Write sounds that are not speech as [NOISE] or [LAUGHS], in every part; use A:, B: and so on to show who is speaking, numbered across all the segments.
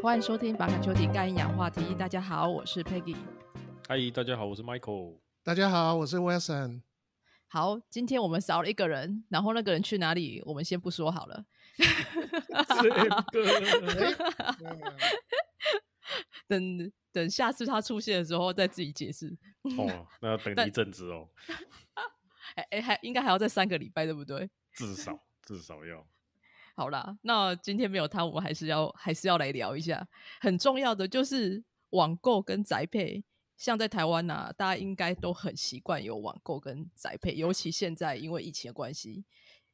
A: 欢迎收听《把卡丘提干营养话题》。大家好，我是 Peggy。
B: 嗨，大家好，我
A: [LAUGHS]
B: 是 Michael。 [LAUGHS]
C: 大家好，我是 Wilson。
A: 好，今天我们少了一个人，然后那个人去哪里，我们先不说好了。
B: 哦
A: [LAUGHS] 等等，下次他出现的时候再自己解释。
B: 哦，那要等一阵子哦，
A: 哎哎，还应该还要再三个礼拜，对不对？
B: 至少至少
A: 嗯
B: 要。
A: 好啦，那今天没有他，我们还是要还是要来聊一下很重要的，就是网购跟宅配。像在台湾呐、啊，大家应该都很习惯有网购跟宅配，尤其现在因为疫情的关系，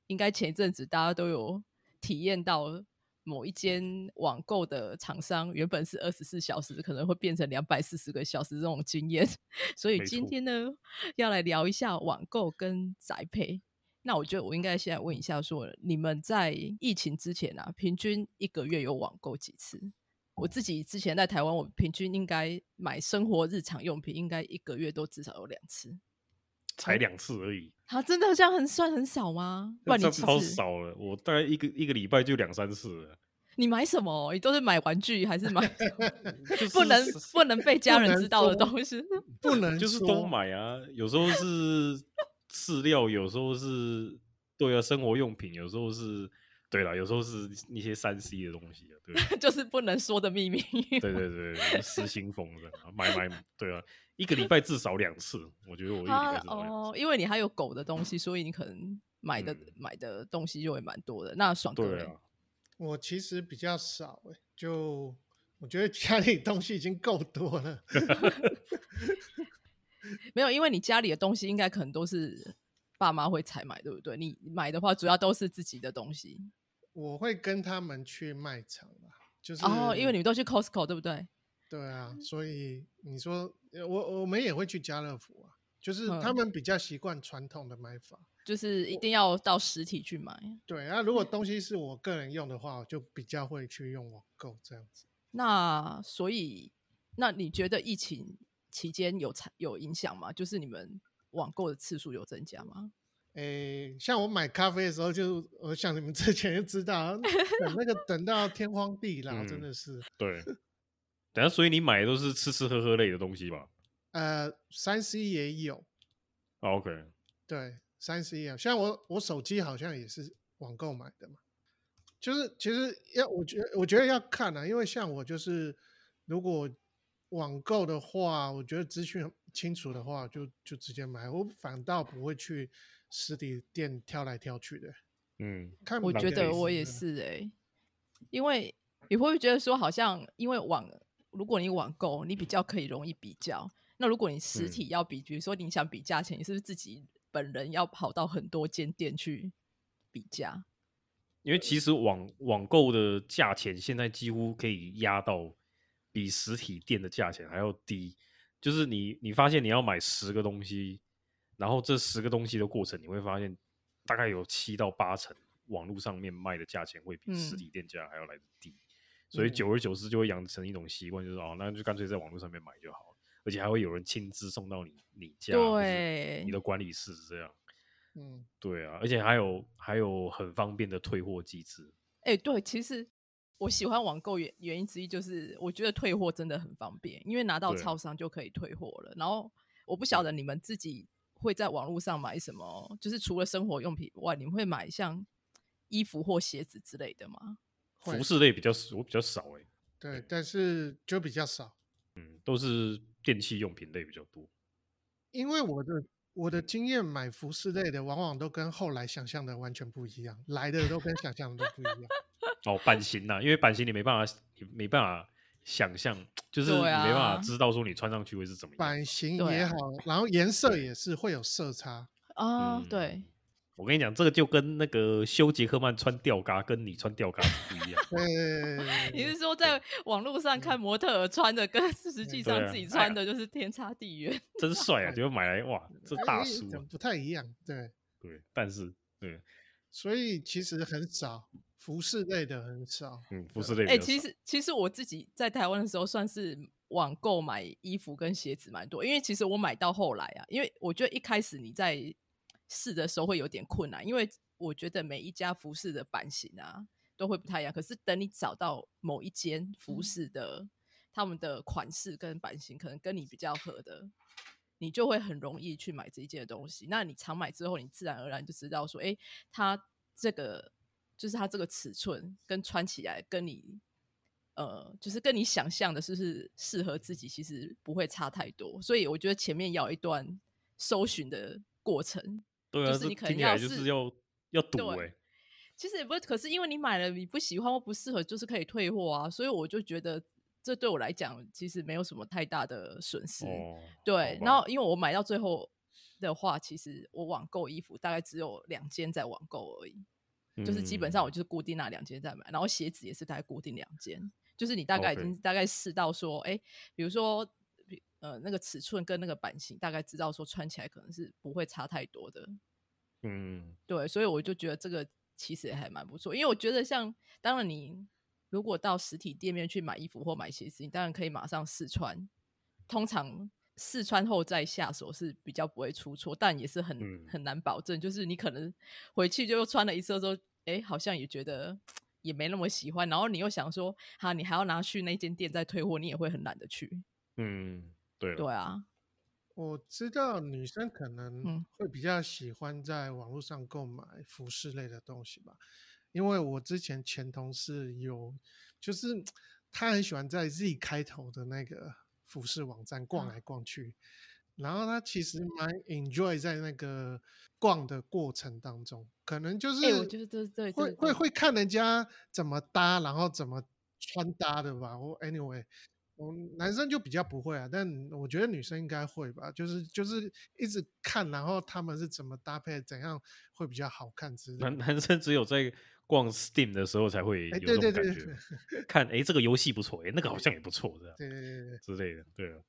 A: 应该前一阵子大家都有体验到某一间网购的厂商原本是二十四小时，可能会变成两百四十个小时这种经验。 [LAUGHS] 所以
B: 没
A: 今
B: 错
A: 天呢，要来聊一下网购跟宅配。那我觉得我应该现在问一下说，你们在疫情之前啊，平均一个月有网购几次？我自己之前在台湾，我平均应该买生活日常用品，应该一个月都至少有两次。
B: 才两次而已，
A: 啊，真的这样很算很少吗？不然你
B: 这
A: 几
B: 超
A: 次？
B: 少了。我大概一个一个礼拜就两三次
A: [LAUGHS]
B: 了，
A: 你买什么？你都是买玩具还是
B: [LAUGHS]
A: 买
B: 就是
A: 不能不能被家
C: 不
A: 人
C: 能
A: 知道的
C: 说
A: 东西？ [LAUGHS]
C: 不能
B: 就是
C: 说
B: 都买啊。有时候是饲料，有时候是对啊，生活用品，有时候是对啦，有时候是一些三 C 的东西啊。
A: [LAUGHS]
B: 对
A: 就是不能说的秘密。
B: 对对对对，失心疯这样啊买买对啊，一个礼拜至少两次，我觉得我一个礼拜
A: 啊
B: 至少两次。
A: 哦，因为你还有狗的东西，所以你可能买的、
B: 嗯
A: 买的东西就会蛮多的。那爽哥
B: 对
A: 嘞，
B: 啊，
C: 我其实比较少、欸，就我觉得家里东西已经够多了。
A: 没有，因为你家里的东西应该可能都是爸妈会采买，对不对？你买的话，主要都是自己的东西。
C: 我会跟他们去卖场啦，就是
A: 哦，因为你们都去 Costco 对不对？
C: 对啊，所以你说呃我我们也会去家乐福啊，就是他
A: 嗯
C: 们比较习惯传统的买法。
A: 就是一定要到实体去买。
C: 对啊，如果东西是我个人用的话，我就比较会去用网购这样子。
A: 那所以，那你觉得疫情期间有产有影响吗？就是你们网购的次数有增加吗？
C: 诶，像我买咖啡的时候就，我想你们之前就知道，啊等
A: [LAUGHS]
C: 那个等到天荒地老，
B: 嗯
C: 真的是。
B: 对。等下，所以你买的都是吃吃喝喝类的东西吧
C: 呃，三 C 也有，
B: 啊？OK，
C: 对，三 C 也有。像我我手机好像也是网购买的嘛，就是其实要我觉得我觉得要看啊，因为像我就是如果网购的话，我觉得资讯清楚的话，就就直接买，我反倒不会去实体店挑来挑去的。
B: 嗯，
C: 看
A: 我
C: 每
A: 觉
C: 个
A: 得
C: 人
A: 我也
C: 的，
A: 是哎、因为你会不会觉得说，好像因为网，如果你网购，你比较可以容易比较。那如果你实
B: 嗯
A: 体要比，比如说你想比价钱，你是不是自己本人要跑到很多间店去比价？
B: 因为其实网网购的价钱现在几乎可以压到比实体店的价钱还要低，就是你你发现你要买十个东西，然后这十个东西的过程，你会发现大概有七到八成网络上面卖的价钱会比
A: 嗯
B: 实体店家还要来的低，所以
C: 嗯
B: 久而久之就会养成一种习惯，就是哦，那就干脆在网络上面买就好了，而且还会有人亲自送到你你家，或是
A: 对
B: 你，的管理室这样。
C: 嗯，
B: 对啊，而且还有还有很方便的退货机制，
A: 哎、对，其实我喜欢网购原原因之一就是，我觉得退货真的很方便，因为拿到
B: 对
A: 超商就可以退货了。然后我不晓得你们自己会在网络上买什么，就是除了生活用品以外，你们会买像衣服或鞋子之类的吗？
C: 会
B: 服饰类比较少我比较少哎、
C: 对，但是就比较少。
B: 嗯，都是电器用品类比较多。
C: 因为我的我的经验，买服饰类的往往都跟后来想象的完全不一样，来的都跟想象的都不一样。
B: 哦，版型呐、因为版型你没办法，你没办法想象，就是你没
A: 对啊
B: 办法知道说你穿上去会是怎么样。
C: 版型
A: 对
C: 也
A: 啊
C: 好，然后颜色也是会有色差。。
A: 啊、
B: 嗯
A: 对，
B: 我跟你讲，这个就跟那个修杰克曼穿吊嘎跟你穿吊嘎是不一样
C: 对，
A: 你是说在网络上看模特儿穿的跟实际
B: 嗯对
A: 上
B: 啊
A: 自己
B: 哎
A: 穿
B: 呀
A: 的就是天差地远？
B: 真帅
A: [LAUGHS]
B: 啊！结果买来哇，这
C: 哎
B: 大
C: 哎
B: 叔、
C: 怎 [LAUGHS]
B: 啊
C: 么。不太一样？对，
B: 对，但是对，
C: 所以其实很少服饰类的很少。
B: 嗯，服饰类
A: 哎、
B: 比较
A: 其
B: 少
A: 实其实我自己在台湾的时候，算是网购买衣服跟鞋子蛮多，因为其实我买到后来啊，因为我觉得一开始你在试的时候会有点困难，因为我觉得每一家服饰的版型啊，都会不太一样。可是等你找到某一间
B: 嗯
A: 服饰的、他们的款式跟版型，可能跟你比较合的，你就会很容易去买这一件的东西。那你常买之后，你自然而然就知道说，哎，它这个就是它这个尺寸跟穿起来跟你。呃，就是跟你想象的，是不是适合自己，其实不会差太多。所以我觉得前面要有一段搜寻的过程，
B: 对
A: 就
B: 啊，
A: 是
B: 这
A: 你可能
B: 听起来
A: 要
B: 就是是要要赌
A: 对
B: 哎、
A: 其实也不是，可是因为你买了你不喜欢或不适合，就是可以退货啊，所以我就觉得这对我来讲其实没有什么太大的损失。
B: 哦，
A: 对，
B: 好吧
A: 然后因为我买到最后的话，其实我网购衣服大概只有两间在网购而已，就是基本上我
B: 嗯
A: 就是固定那两间在买，然后鞋子也是大概固定两间，就是你大概已
B: OK
A: 经大概试到说，哎、比如说。比呃，那个尺寸跟那个版型，大概知道说穿起来可能是不会差太多的，
B: 嗯，
A: 对，所以我就觉得这个其实也还蛮不错，因为我觉得像，当然你如果到实体店面去买衣服或买鞋子，你当然可以马上试穿，通常试穿后再下手是比较不会出错，但也是很、
B: 嗯
A: 很难保证，就是你可能回去就又穿了一次之后，哎，好像也觉得。也没那么喜欢，然后你又想说，哈，你还要拿去那间店再退货，你也会很懒得去。
B: 嗯，对了，
A: 对啊，
C: 我知道女生可
A: 嗯
C: 能会比较喜欢在网络上购买服饰类的东西吧，因为我之前前同事有，就是他很喜欢在 Z 开头的那个服饰网站逛
A: 啊
C: 来逛去，然后他其实蛮 enjoy 在那个逛的过程当中，可能就
A: 哎我觉
C: 是
A: 得对对
C: 会
A: 对
C: 会
A: 对
C: 会看人家怎么搭，然后怎么穿搭的吧。我 anyway。我男生就比较不会啊，但我觉得女生应该会吧，就是就是一直看，然后他们是怎么搭配，怎样会比较好看之类
B: 男 [LAUGHS]
C: 的。
B: 男生只有在逛 Steam 的时候才会有
C: 哎
B: 这
C: 对
B: 种
C: 对
B: 感
C: 对
B: 觉，看哎这个游戏不错，哎那个好像也不错，这样
C: 对对对对，
B: 之类的，对啊了，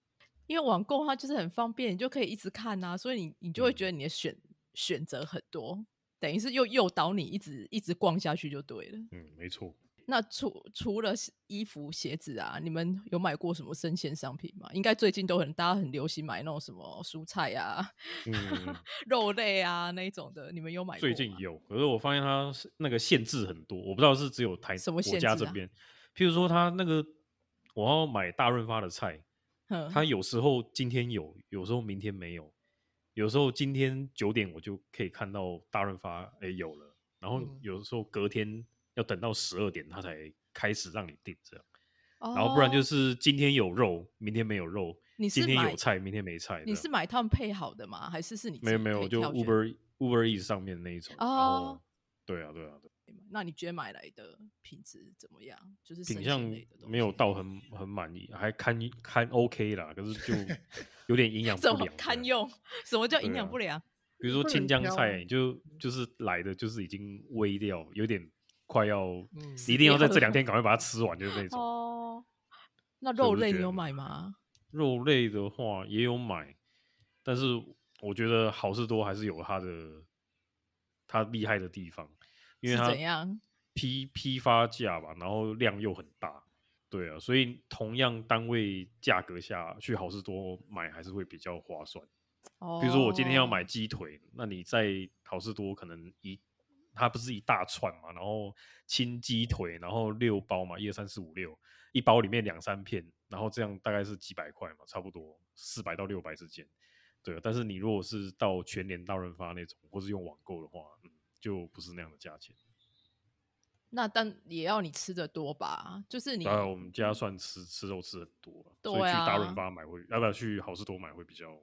A: 因为网购它就是很方便，你就可以一直看啊，所以你你就会觉
B: 嗯
A: 得你的选、选择很多，等于是又诱导你一直一直逛下去就对了。
B: 嗯，没
C: [LAUGHS]
B: 错，
A: 那除除了是衣服、鞋子啊，你们有买过什么生鲜商品吗？应该最近都很大家很流行买那种什么蔬菜啊、 [LAUGHS]
B: 嗯，
A: 肉类啊那一种的，你们有买过
B: 最
A: 吗？
B: 近有，可是我发现它是那个限制很多，我不知道是只有台
A: 什么
B: 我
A: 限
B: 家
A: 制
B: 这
A: 啊
B: 边，譬如说它那个我要买大润发的菜，
A: 嗯
B: 它有时候今天有，有时候明天没有，有时候今天九点我就可以看到大润发哎有了，然后
C: 嗯
B: 有时候隔天要等到十二点它才开始让你订这样，然后不然就
A: 哦
B: 是今天有肉，明天没有肉，
A: 你
B: 今
A: 是
B: 天有
A: 买
B: 菜，明天没菜这样，
A: 你是买他们配好的吗？还是是你自
B: 没有
A: 己
B: 没
A: 可
B: 有
A: 以
B: 就
A: 挑选
B: Uber Uber E 上面那一种，然
A: 哦
B: 后对啊对啊对啊，
A: 那你觉得买来的品质怎么样？就是生
B: 品相
A: 鲜类的东西
B: 没有到很很满意，还堪堪 OK 啦，可是就
A: [LAUGHS]
B: 有点营养不
A: 怎
B: 良这
A: 么
B: 样，
A: 堪用？什么叫营
B: 对
A: 养
B: 啊
A: 不良？
B: 比如说
C: 不
B: 青
C: 能
B: 江
C: 挑
B: 菜
C: 啊
B: 就就是来的就是已经微掉，有点快要，
C: 嗯
B: 你一定要在这
A: 掉
B: 两天赶快把它吃完，就是
A: [LAUGHS]
B: 那种。
A: 哦，那
B: 所以
A: 肉
B: 我就
A: 类
B: 觉
A: 你
B: 得
A: 有
B: 很
A: 买吗？
B: 肉类的话也有买，但是我觉得好事多还是有它的它厉害的地方，因为
A: 是
B: 它
A: 怎样
B: 批批发价吧，然后量又很大，对啊，所以同样单位价格下去好事多买还是会比较划算。
A: 哦，
B: 比如说我今天要买鸡腿，那你在好事多可能一，它不是一大串嘛，然后清鸡腿，然后六包嘛，一二三四五六，一包里面两三片，然后这样大概是几百块嘛，差不多四百到六百之间，对啊。但是你如果是到全联、大润发那种，或是用网购的话，嗯，就不是那样的价钱。
A: 那但也要你吃的多吧，就是你嗯
B: 当然，我们家算吃吃肉吃很多了，所以
A: 对
B: 去大
A: 啊
B: 润发买会，要不要去好事多买会比较，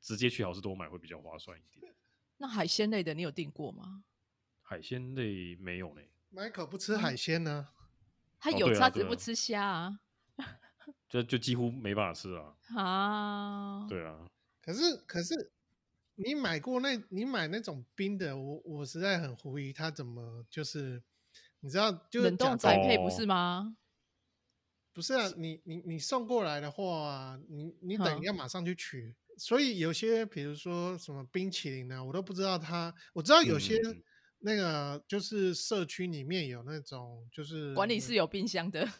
B: 直接去好事多买会比较划算一点。
A: 那海鲜类的你有订过吗？
B: 海鲜类没有呢。
C: Michael 不吃海鲜呢、
A: 他
B: 哦
A: 有
B: 对啊
A: 差，只
B: 对
A: 是不
B: 啊
A: 吃虾啊。
B: 就就几乎没办法吃啊。
A: 啊，
B: 对啊，
C: 可是可是你买过那，你买那种冰的，我我实在很狐疑它怎么就是，你知道就是
A: 冷冻
C: 假
A: 宅
C: 装
A: 配不
B: 哦
A: 是吗？
C: 不是啊，你你你送过来的话，你你等
A: 哼
B: 嗯
C: 于要马上去取。所以有些比如说什么冰淇淋啊呢，我都不知道它。我知道有些
B: 嗯嗯嗯
C: 那个就是社区里面有那种就是嗯
A: 管理室有冰箱的，
B: 可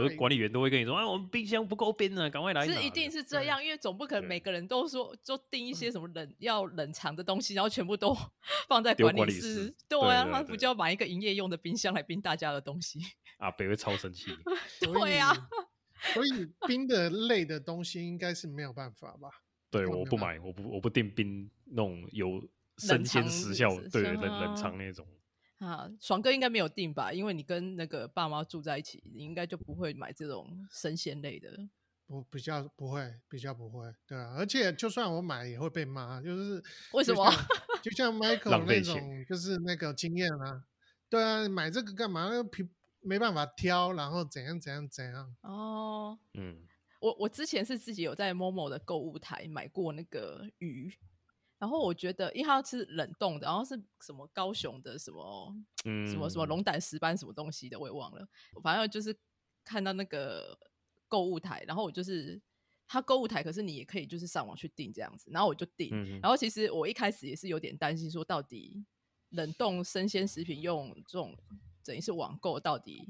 C: 对
B: 是管理员都会跟你说啊，我们冰箱不够冰啊，赶快来拿。
A: 是一定是这
C: 对
A: 样，因为总不可能每
B: 对嗯
A: 个人都说就定一些什么冷要冷藏的东西，然后全部都 [LAUGHS] 放在
B: 丢
A: 管
B: 管
A: 理
B: 理
A: 室
B: 室。
A: 对
B: 对
A: 啊，
B: 对
A: 那不
B: 对
A: 就要买一个营业用的冰箱来冰大家的东西？
B: 啊，北会超生气。
A: [LAUGHS]
C: 所
A: 对
C: 以
A: 啊，
C: 所以冰的类的东西应该是没有办法吧？
B: 对，
C: 那
B: 我
C: 没
B: 不
C: 办
B: 买，我不我不订冰那种有生鲜
A: 藏
B: 时效，对
A: 生
B: 冷冷
A: 啊
B: 藏那种。
A: 啊，爽哥应该没有订吧？因为你跟那个爸妈住在一起，你应该就不会买这种生鲜类的。
C: 不比较不会，比较不会，对啊。而且就算我买也会被骂，就是
A: 为
C: 就
A: 什么
C: 像？就
A: [LAUGHS]
C: 像 Michael
B: 浪
C: 那
B: 费钱
C: 种，就是那个经验啊，对啊，买这个干嘛？那皮没办法挑，然后怎样怎样怎样，
A: 哦，
B: 嗯，
A: 我我之前是自己有在 Momo 的购物台买过那个鱼，然后我觉得因为它是冷冻的，然后是什么高雄的什么
B: 嗯
A: 什么什么龙胆石斑什么东西的，我也忘了。反正就是看到那个购物台，然后我就是它购物台，可是你也可以就是上网去订这样子，然后我就订。
B: 嗯
A: 然后其实我一开始也是有点担心，说到底冷冻生鲜食品用这种等于是网购到底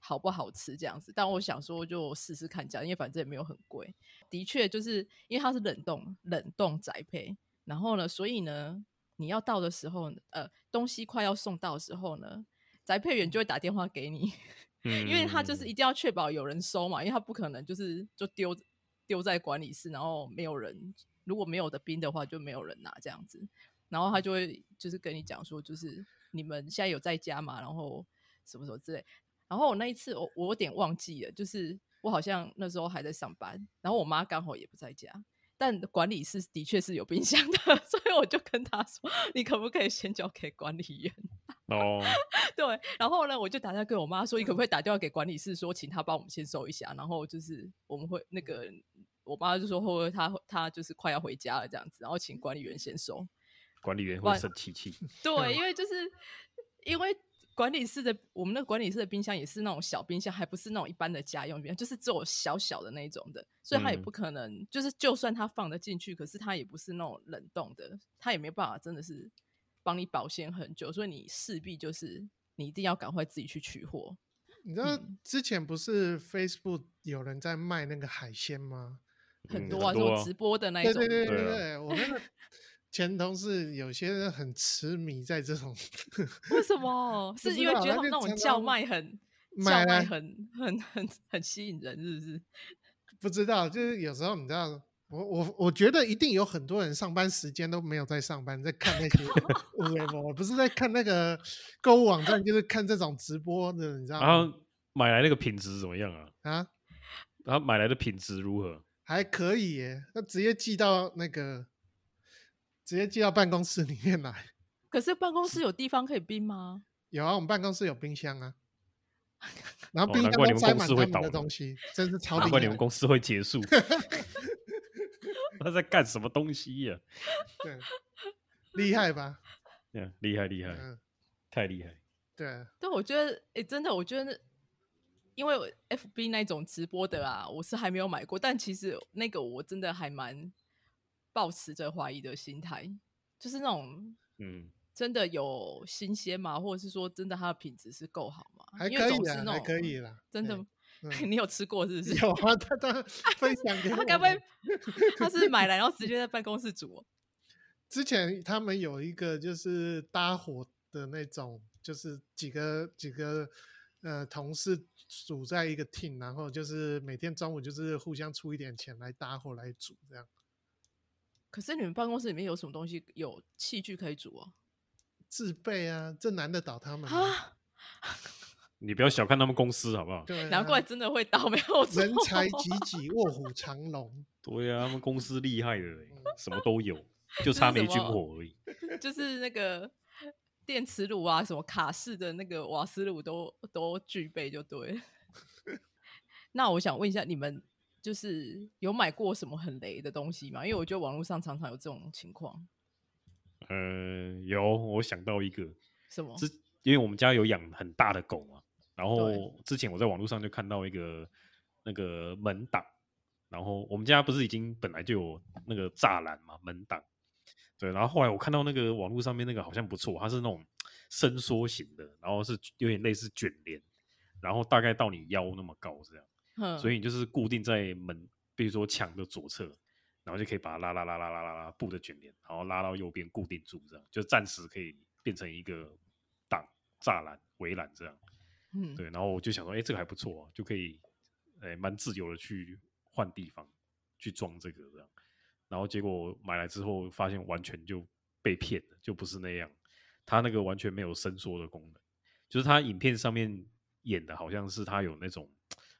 A: 好不好吃这样子。但我想说就试试看这样，因为反正也没有很贵。的确就是因为它是冷冻冷冻宅配，然后呢，所以呢，你要到的时候，呃，东西快要送到的时候呢。宅配员就会打电话给你，
B: 嗯
A: 因为他就是
B: 嗯
A: 一定要确保有人收嘛，因为他不可能就是就丢丢在管理室，然后没有人，如果没有的冰的话就没有人拿这样子，然后他就会就是跟你讲说，就是你们现在有在家嘛，然后什么什么之类。然后我那一次我我有点忘记了，就是我好像那时候还在上班，然后我妈刚好也不在家。但管理室的确是有冰箱的， [LAUGHS] 所以我就跟他说：“你可不可以先交给管理员？”
B: 哦，
A: [LAUGHS] 对，然后呢，我就打电话给我妈说，你可不可以打电话给管理室说，请他帮我们先收一下，然后就是我们会那个，我妈就说会不会她她就是快要回家了这样子，然后请管理员先收。
B: 管理员
A: 哇
B: 会生气气。
A: 对，因为就是因为管理室的我们那个管理室的冰箱也是那种小冰箱，还不是那种一般的家用冰箱，就是只有小小的那一种的，所以它也
B: 嗯
A: 不可能，就是就算它放得进去，可是它也不是那种冷冻的，它也没办法真的是帮你保鲜很久，所以你势必就是你一定要赶快自己去取货。
C: 你知道
A: 嗯
C: 之前不是 Facebook 有人在卖那个海鲜吗？
A: 很
B: 嗯
A: 多啊，
B: 很
A: 这
B: 多
A: 种
B: 啊
A: 直播的那一
C: 对
A: 种，
C: 对对
B: 对啊
C: 对，我那个前同事有些人很痴迷在这种
A: [LAUGHS] 为什
C: [LAUGHS]
A: 么？
C: 不
A: 是
C: 知
A: 因为
C: 道
A: 觉得
C: 他
A: 他们
C: 就
A: 那种
C: 常
A: 叫
C: 常
A: 卖很
C: 买啊
A: 叫卖
C: 来
A: 很很很很吸引人，是不是？
C: 不知道，就是有时候你知道，我我我觉得一定有很多人上班时间都没有在上班，在看
B: [LAUGHS]
C: 那些微我不是在看那个购物网站，就是看这种直播的，
A: 嗯
C: 你知道
B: 然
C: 吗？
B: 后买来那个品质怎么样啊？
C: 啊，
B: 然后买来的品质如何？
C: 还可以耶，那直接寄到那个，直接寄到办公室里面来。
A: 可是办公室有地方可以冰吗？
C: 有啊，我们办公室有冰
B: [LAUGHS]
C: 箱啊，然后
B: 哦
C: 冰箱
B: 难怪
C: 都
B: 你们
C: 塞
B: 公
C: 满
B: 司
C: 他
B: 会
C: 们
B: 倒
C: 的
B: 呢
C: 东西，真是超
B: 难
C: 厉
B: 怪你们
C: 害。
B: 公司会结
A: [LAUGHS]
B: 束。 [LAUGHS] 他在干什么东西呀、
C: 对，厉害吧？
B: 嗯，厉害厉害，
C: 嗯，
B: 太厉害。
C: 对，
A: 对，我觉得，诶，真的，我觉得那，因为我 FB 那种直播的啊，我是还没有买过，但其实那个我真的还蛮抱持着怀疑的心态，就是那种
B: 嗯，
A: 真的有新鲜吗？或者是说真的它的品质是够好吗？
C: 还
A: 因为
C: 可以
A: 总是
C: 啦，
A: 那
C: 还可
A: 种嗯
C: 以啦，
A: 真的
C: 对
A: 吗， [LAUGHS]
C: 嗯
A: 你有吃过是不是？
C: [LAUGHS] 有啊，他当然分享给我
A: [LAUGHS] 他
C: 们。
A: 该不会他是买来然后直接在办公室煮哦、
C: 之前他们有一个就是搭伙的那种，就是几个几个呃同事组在一个 team，然后就是每天中午就是互相出一点钱来搭伙来煮这样。
A: 可是你们办公室里面有什么东西有器具可以煮哦？
C: 自备啊，这难得倒他们吗
A: 啊，
B: 你不要小看他们公司好不好？
C: 对啊，
A: 难怪真的会倒，没有错
C: 人才济济，卧虎藏龙。
B: 对啊呀、他们公司厉害的嘞，什么都有，就差没军火而已。
A: 就是那个电磁炉啊，什么卡式的那个瓦斯炉都都具备就对了。 [LAUGHS] 那我想问一下，你们就是有买过什么很雷的东西吗？因为我觉得网络上常常有这种情况，
B: 嗯、有，我想到一个，
A: 什么
B: 之因为我们家有养很大的狗嘛，然
A: 哦对
B: 后之前我在网络上就看到一个那个门挡，然后我们家不是已经本来就有那个栅栏嘛，门挡，对，然后后来我看到那个网络上面那个好像不错，它是那种伸缩型的，然后是有点类似卷帘，然后大概到你腰那么高这样，
A: 哼
B: 所以你就是固定在门，比如说墙的左侧，然后就可以把它拉拉拉拉拉拉拉布的卷帘，然后拉到右边固定住，这样就暂时可以变成一个挡栅栏围栏这样。
A: 嗯，
B: 对，然后我就想说，哎、这个还不错啊，就可以，哎、蛮自由的去换地方去装这个这样。然后结果买来之后，发现完全就被骗了，就不是那样。它那个完全没有伸缩的功能，就是它影片上面演的好像是它有那种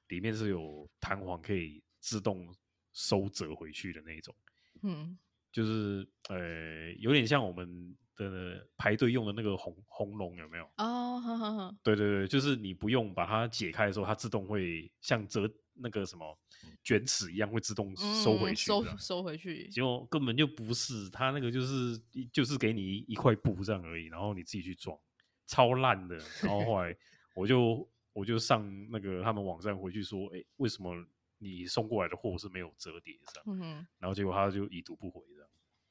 B: 里面是有弹簧可以自动收折回去的那一种，
A: 嗯
B: 就是呃有点像我们的排队用的那个红红龙有没有？
A: 哦，哈哈哈，
B: 对对对，就是你不用把它解开的时候，它自动会像折那个什么卷尺一样，会自动收回
A: 嗯
B: 去的。
A: 收收回去，
B: 结果根本就不是，它那个就是一就是给你一块布这样而已，然后你自己去装，超烂的。然后后来我就我就上那个他们网站回去说，哎，为什么你送过来的货是没有折叠这样？
A: 嗯哼，
B: 然后结果他就已读不回这样。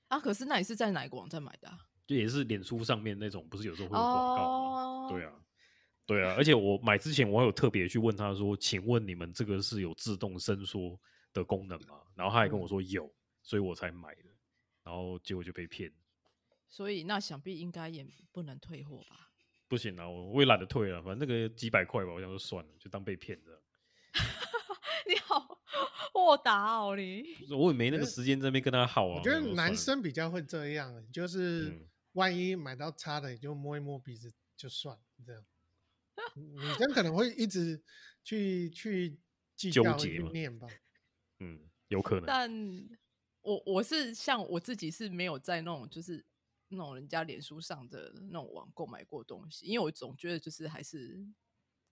A: 啊，可是那你是在哪个网站买的啊？
B: 就也是脸书上面那种，不是有时候会有广告吗？
A: 哦，
B: 对啊，对啊，而且我买之前我有特别去问他说，请问你们这个是有自动伸缩的功能吗？然后他还
C: 嗯
B: 跟我说有，所以我才买的，然后结果就被骗，
A: 所以那想必应该也不能退货吧？ [LAUGHS]
B: 不行啊，我我也懒得退了，反正那个几百块吧，我想说算了，就当被骗的，
A: 你好豁达哦，你
B: 我也没那个时间在那边跟他耗啊。
C: 我觉得
B: 想说
C: 男
B: 算了
C: 生比较会这样，欸就是
B: 嗯
C: 万一买到差的，你就摸一摸鼻子就算这样。女生可能会一直去去计
B: 纠
C: 较、
B: 结
C: 去
B: 嘛 [LAUGHS]
C: 念吧。
B: 嗯，有可能，
A: 但我我是像我自己是没有在那种就是那种人家脸书上的那种网购买过东西，因为我总觉得就是还是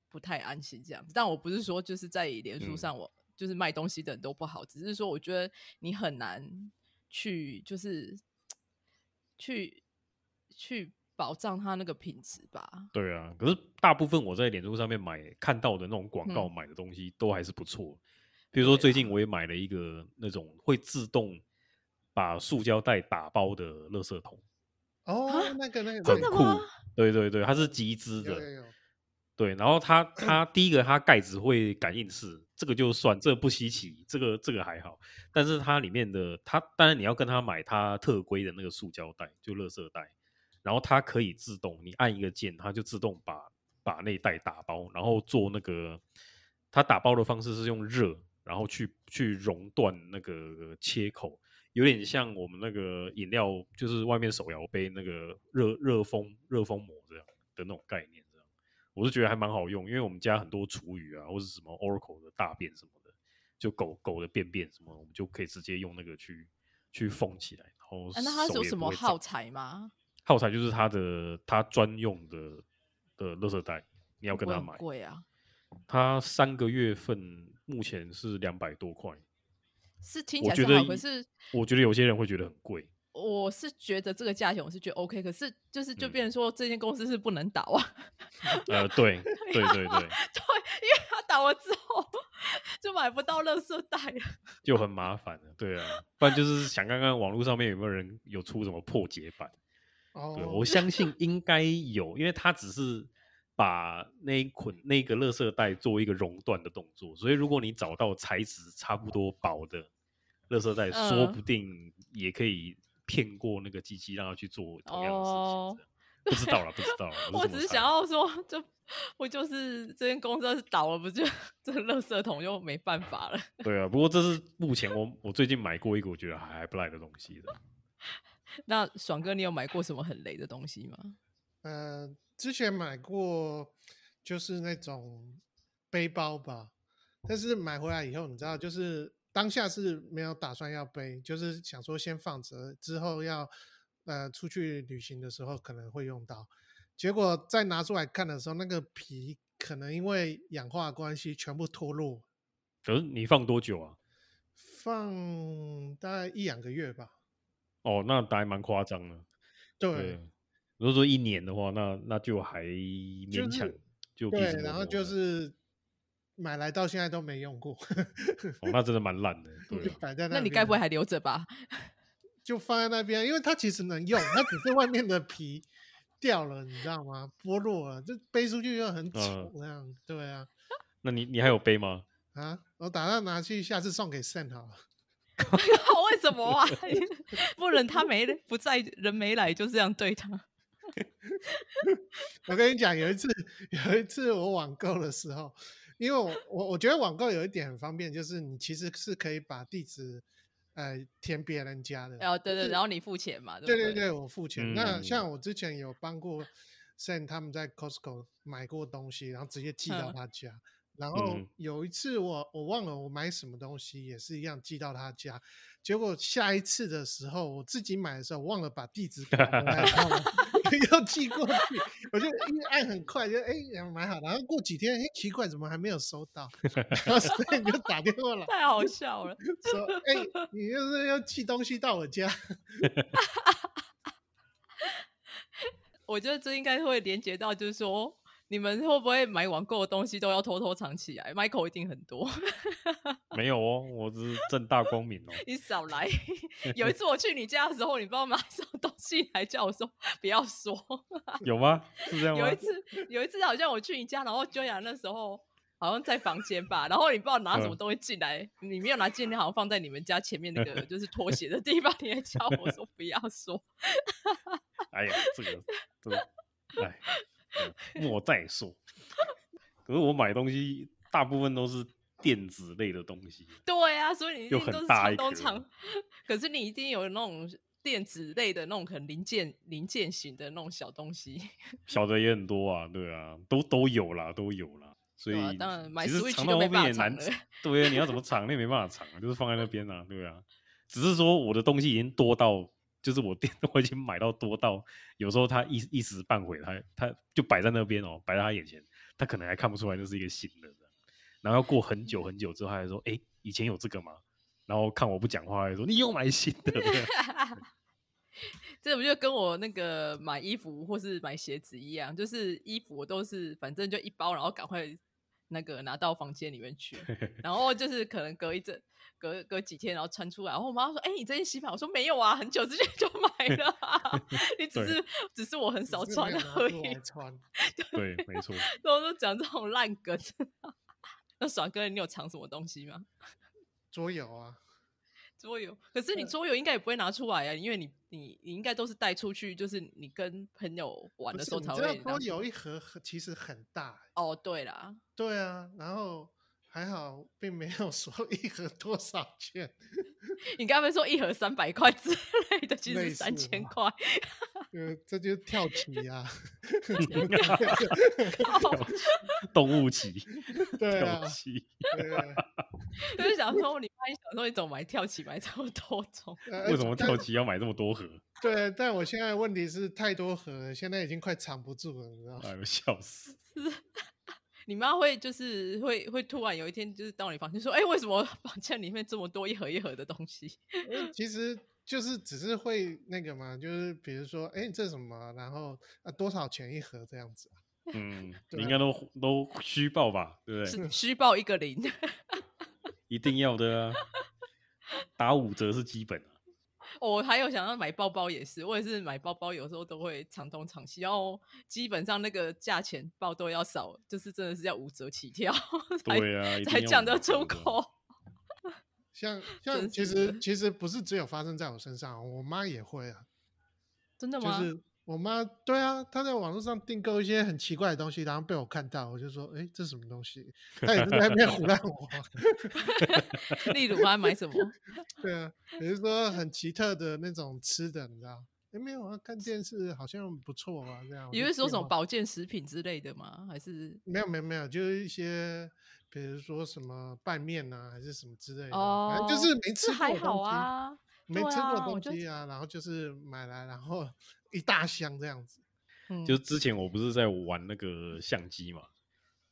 A: 不太安心这样子。但我不是说就是在脸书
B: 嗯
A: 上我、就是卖东西的人都不好，只是说我觉得你很难去就是去去保障它那个品质吧。
B: 对啊，可是大部分我在脸书上面买看到的那种广告
A: 嗯
B: 买的东西都还是不错。比如说
A: 对
B: 最
A: 啊
B: 近我也买了一个那种会自动把塑胶袋打包的垃圾桶，
C: 哦，那个那个
B: 很
A: 真的
C: 那个
B: 酷
A: 吗。
B: 对对对，它是集资
C: 有有
B: 的。
C: 有，
B: 对，然后
A: [CLEARS THROAT]
B: 它它第一个它盖子会感应式，这个就算，这个不稀奇，这个这个还好。但是它里面的它，当然你要跟它买它特规的那个塑胶袋，就垃圾袋，然后它可以自动，你按一个键，它就自动把把那袋打包，然后做那个它打包的方式是用热，然后去去熔断那个切口，有点像我们那个饮料，就是外面手摇杯那个热热封热封膜这样的那种概念，这样我是觉得还蛮好用，因为我们家很多厨余啊，或者什么 Oracle 的大便什么的，就狗狗的便便什么，我们就可以直接用那个去去封起来，然后、
A: 啊、那它是有什么耗
B: 耗
A: 材吗？
B: 耗材？就是它的它专用的的垃圾袋，你要
A: 会
B: 跟
A: 不会
B: 他
A: 很
B: 买，
A: 贵啊？
B: 它三个月份目前是两百多块，
A: 是听起
B: 我
A: 来
B: 觉
A: 是
B: 得
A: 好，可是
B: 我觉得有些人会觉得很贵。
A: 我是觉得这个价钱我是觉得 OK，可是就是就
B: 嗯
A: 变成说这间公司是不能倒啊， [LAUGHS]
B: 呃，对对对对，
A: 对，因为它倒了之后就买不到垃圾袋了。
B: 就很麻烦了。对啊，不然就是想看看网络上面有没有人有出什么破解版。对，
C: 哦
B: 我，相信应该有，因为它只是把那一捆那个垃圾袋做一个熔断的动作，所以如果你找到材质差不多薄的垃圾袋，说
A: 嗯
B: 不定也可以骗过那个机器，让它去做同样的事
A: 哦
B: 情这样。不知道啦，不知道啦，
A: [LAUGHS] 我
B: 是这
A: 只
B: 么啊
A: 是
B: 猜
A: 想要说，就我就是这间公司要是倒了，不就这垃圾桶就没办法了？
B: 对啊，不过这是目前我我最近买过一个我觉得还还不赖的东西的。
A: 那爽哥，你有买过什么很雷的东西吗？
C: 呃，之前买过就是那种背包吧，但是买回来以后，你知道，就是当下是没有打算要背，就是想说先放着，之后要呃出去旅行的时候可能会用到。结果再拿出来看的时候，那个皮可能因为氧化的关系全部脱落，
B: 可是你放多久啊？
C: 放大概一两个月吧。
B: 哦，那还蛮夸张的。
C: 对，，
B: 如果说一年的话，那那就还勉
C: 是
B: 强就避之
C: 对，
B: 唯
C: 然后
B: 恐
C: 就
B: 了
C: 是买来到现在都没用过。
B: 哦，那真的蛮
C: [LAUGHS]
B: 烂的，对
C: 就
B: 啊，
C: 摆在那
A: 那
C: 边。
A: 你该不会还留着吧？ [LAUGHS]
C: 就放在那边？因为它其实能用，它只是外面的皮掉了，你知道吗？剥落了，这背出去又很
B: 嗯
C: 重，那样、对啊。
B: 那你你还有背吗？
C: 啊，我打算拿去下次送给 Sam 好了。
A: 为什么啊？ [LAUGHS] 不然他没不在，人没来，就这样对他。
C: 我跟你讲，有一次，有一次我网购的时候，因为我我我觉得网购有一点很方便，就是你其实是可以把地址，呃，填别人家的。
A: 然后哦对对，然后你付钱嘛，
C: 啊对
A: 不对
C: 对对，我付钱。那
B: 嗯
C: 像我之前有帮过 Sam 他们在 Costco 买过东西，然后直接寄到
A: 嗯
C: 他家。然后
B: 嗯
C: 有一次我我忘了我买什么东西，也是一样寄到他家。结果下一次的时候，我自己买的时候忘了把地址改回来，然后 [LAUGHS] 又寄过去。我就因为按很快就哎、买好，然后过几天哎、奇怪怎么还没有收到，然后 Sam 就打电话来。
A: 太好笑了。
C: 说：“哎、你就是要寄东西到我家。
A: 我觉得这应该会连接到，就是说你们会不会买网购的东西都要偷偷藏起来？Michael 一定很多，
B: 没有哦，我只是正大光明
C: [LAUGHS]
B: 哦。
A: 你少来。有一次我去你家的时候，你帮我买什么东西来，叫我说不要说。
B: 有吗？是这样吗
A: 有一？次，有一次好像我去你家，然后 Joya 那时候好像在房间吧，然后你不知道拿什么
B: 嗯
A: 东西进来，你没有拿进来，好像放在你们家前面那个就是拖鞋的地方，你还叫我说不要说，
B: 哎呀，这个这
C: [LAUGHS]
B: 个，哎，哎莫再说。 [LAUGHS] 可是我买东西大部分都是电子类的东西，
A: 对啊，所以你一
B: 又
A: 定
B: 很
A: 都是
B: 大
A: 藏
B: 一
A: 东
B: 格
A: 藏， [LAUGHS] 可是你一定有那种电子类的那种很零件零件型的那种小东西， [LAUGHS]
B: 小的也很多啊，对啊，都都有啦，都有啦。所
A: 对啊
B: 以
A: 当然买
B: 其实
A: Switch
B: 藏到
A: 就
B: 后
A: 没
B: 面
A: 办
B: 也
A: 法 [LAUGHS]
B: 难
A: 藏了，
B: 对啊，你要怎么藏，那也没办法藏啊，就是放在那边啊，对啊。只是说我的东西已经多到，就是我电 [LAUGHS] 我已经买到多到，有时候他一一时半会，他他就摆在那边哦，摆在他眼前，他可能还看不出来那是一个新的这样然后过很久很久之后，他还说：“哎，以前有这个吗？”然后看我不讲话，还说：“你又买新的。对啊
A: 这不就跟我那个买衣服或是买鞋子一样，就是衣服我都是反正就一包，然后赶快那个拿到房间里面去，然后就是可能隔一阵。隔隔几天，然后穿出来，然后我妈说：“哎、你这件洗买？”我说：“没有啊，很久之前就买了啊、你只
B: 对
A: 是只是我很”少
C: 只是
A: 穿
C: 没有拿
A: 而
C: 出
A: 已。
C: 来穿。
B: 对，没
A: [LAUGHS]
B: 错。 [LAUGHS]
A: 然后都讲这种烂梗。 [LAUGHS] 那爽哥，你有藏什么东西吗？
C: 桌游啊，
A: 桌游，可是你
C: 对
A: 桌游应该也不会拿出来啊，因为你你你应该都是带出去，就是你跟朋友玩
C: 不
A: 的
C: 是
A: 啊时候
C: 你
A: 才
C: 知
A: 会
C: 道
A: 拿
C: 桌
A: 出。
C: 游一盒很其实很大、
A: 哦，对啦，
C: 对啊，然后还好并没有说一盒多少钱，
A: 你刚才说一盒三百块之类的，其
C: 类
A: 实
C: 似
A: 三千
C: 吧
A: 块，
C: 呃，这就是跳棋啊，
A: 哦
B: 动物棋，
C: 对啊
B: 跳，棋，
A: [LAUGHS]
C: 对啊，
A: 就是想说你万一想说你怎么买跳棋买这么多种，
C: 呃
B: 为什么？跳
C: 但
B: 棋要买这么多盒？
C: 对，但我现在问题是太多盒了，现在已经快藏不住了，你知道
A: 啊
C: 吗？
B: 哎呦，笑
A: [LAUGHS]
B: 死！
A: 你妈会就是会会突然有一天就是到你房间说，哎、为什么房间里面这么多一盒一盒的东西？
C: 呃其实就是只是会那个嘛，就是比如说，哎，这什么，然后啊多少钱一盒这样子啊，
B: 嗯，
C: 对
B: 你应
C: 啊
B: 该都都虚报吧，对不对？
A: 是虚报一个零。
B: 一定要的
A: [LAUGHS]
B: 啊，打五折是基本啊。
A: 我哦还有想要买包包也是，我也是买包包，有时候都会藏东藏西，然后基本上那个价钱报都要少，就是真的是要五折起跳才
B: 对啊，一定
A: 才
B: 要
A: 讲
B: 五
A: 得
B: 折
A: 出
B: 的啊。
A: 口。 [LAUGHS]
C: 像像
A: 真
C: 其
A: 是的
C: 实其实不是只有发生在我身上，我妈也会啊，
A: 真的
C: 就
A: 吗？
C: 是我妈对啊，她在网络上订购一些很奇怪的东西，然后被我看到，我就说，哎，这是什么东西？她也是在那
A: [LAUGHS]
C: 边胡乱我，
A: 例如他买什
B: [LAUGHS]
A: 么？
C: 对啊，也是说很奇特的那种吃的，你知道？哎，没有啊，看电视好像不错啊，这样。
A: 你
C: 我就
A: 会说
C: 订
A: 什么
C: 了？
A: 保健食品之类的吗？还是
C: 没有没有没有，就是一些。比如说什么拌面啊，还是什么之类的，反
A: 哦
C: 正，就是没
A: 这
C: 吃过
A: 还
C: 的
A: 好
C: 东西，
A: 啊。
C: 没
A: 对
C: 吃过
A: 啊我觉
C: 东
A: 得
C: 西啊，然后就是买来，然后 [LAUGHS] 一大箱这样子。
A: 嗯，
B: 就是之前我不是在玩那个相机嘛，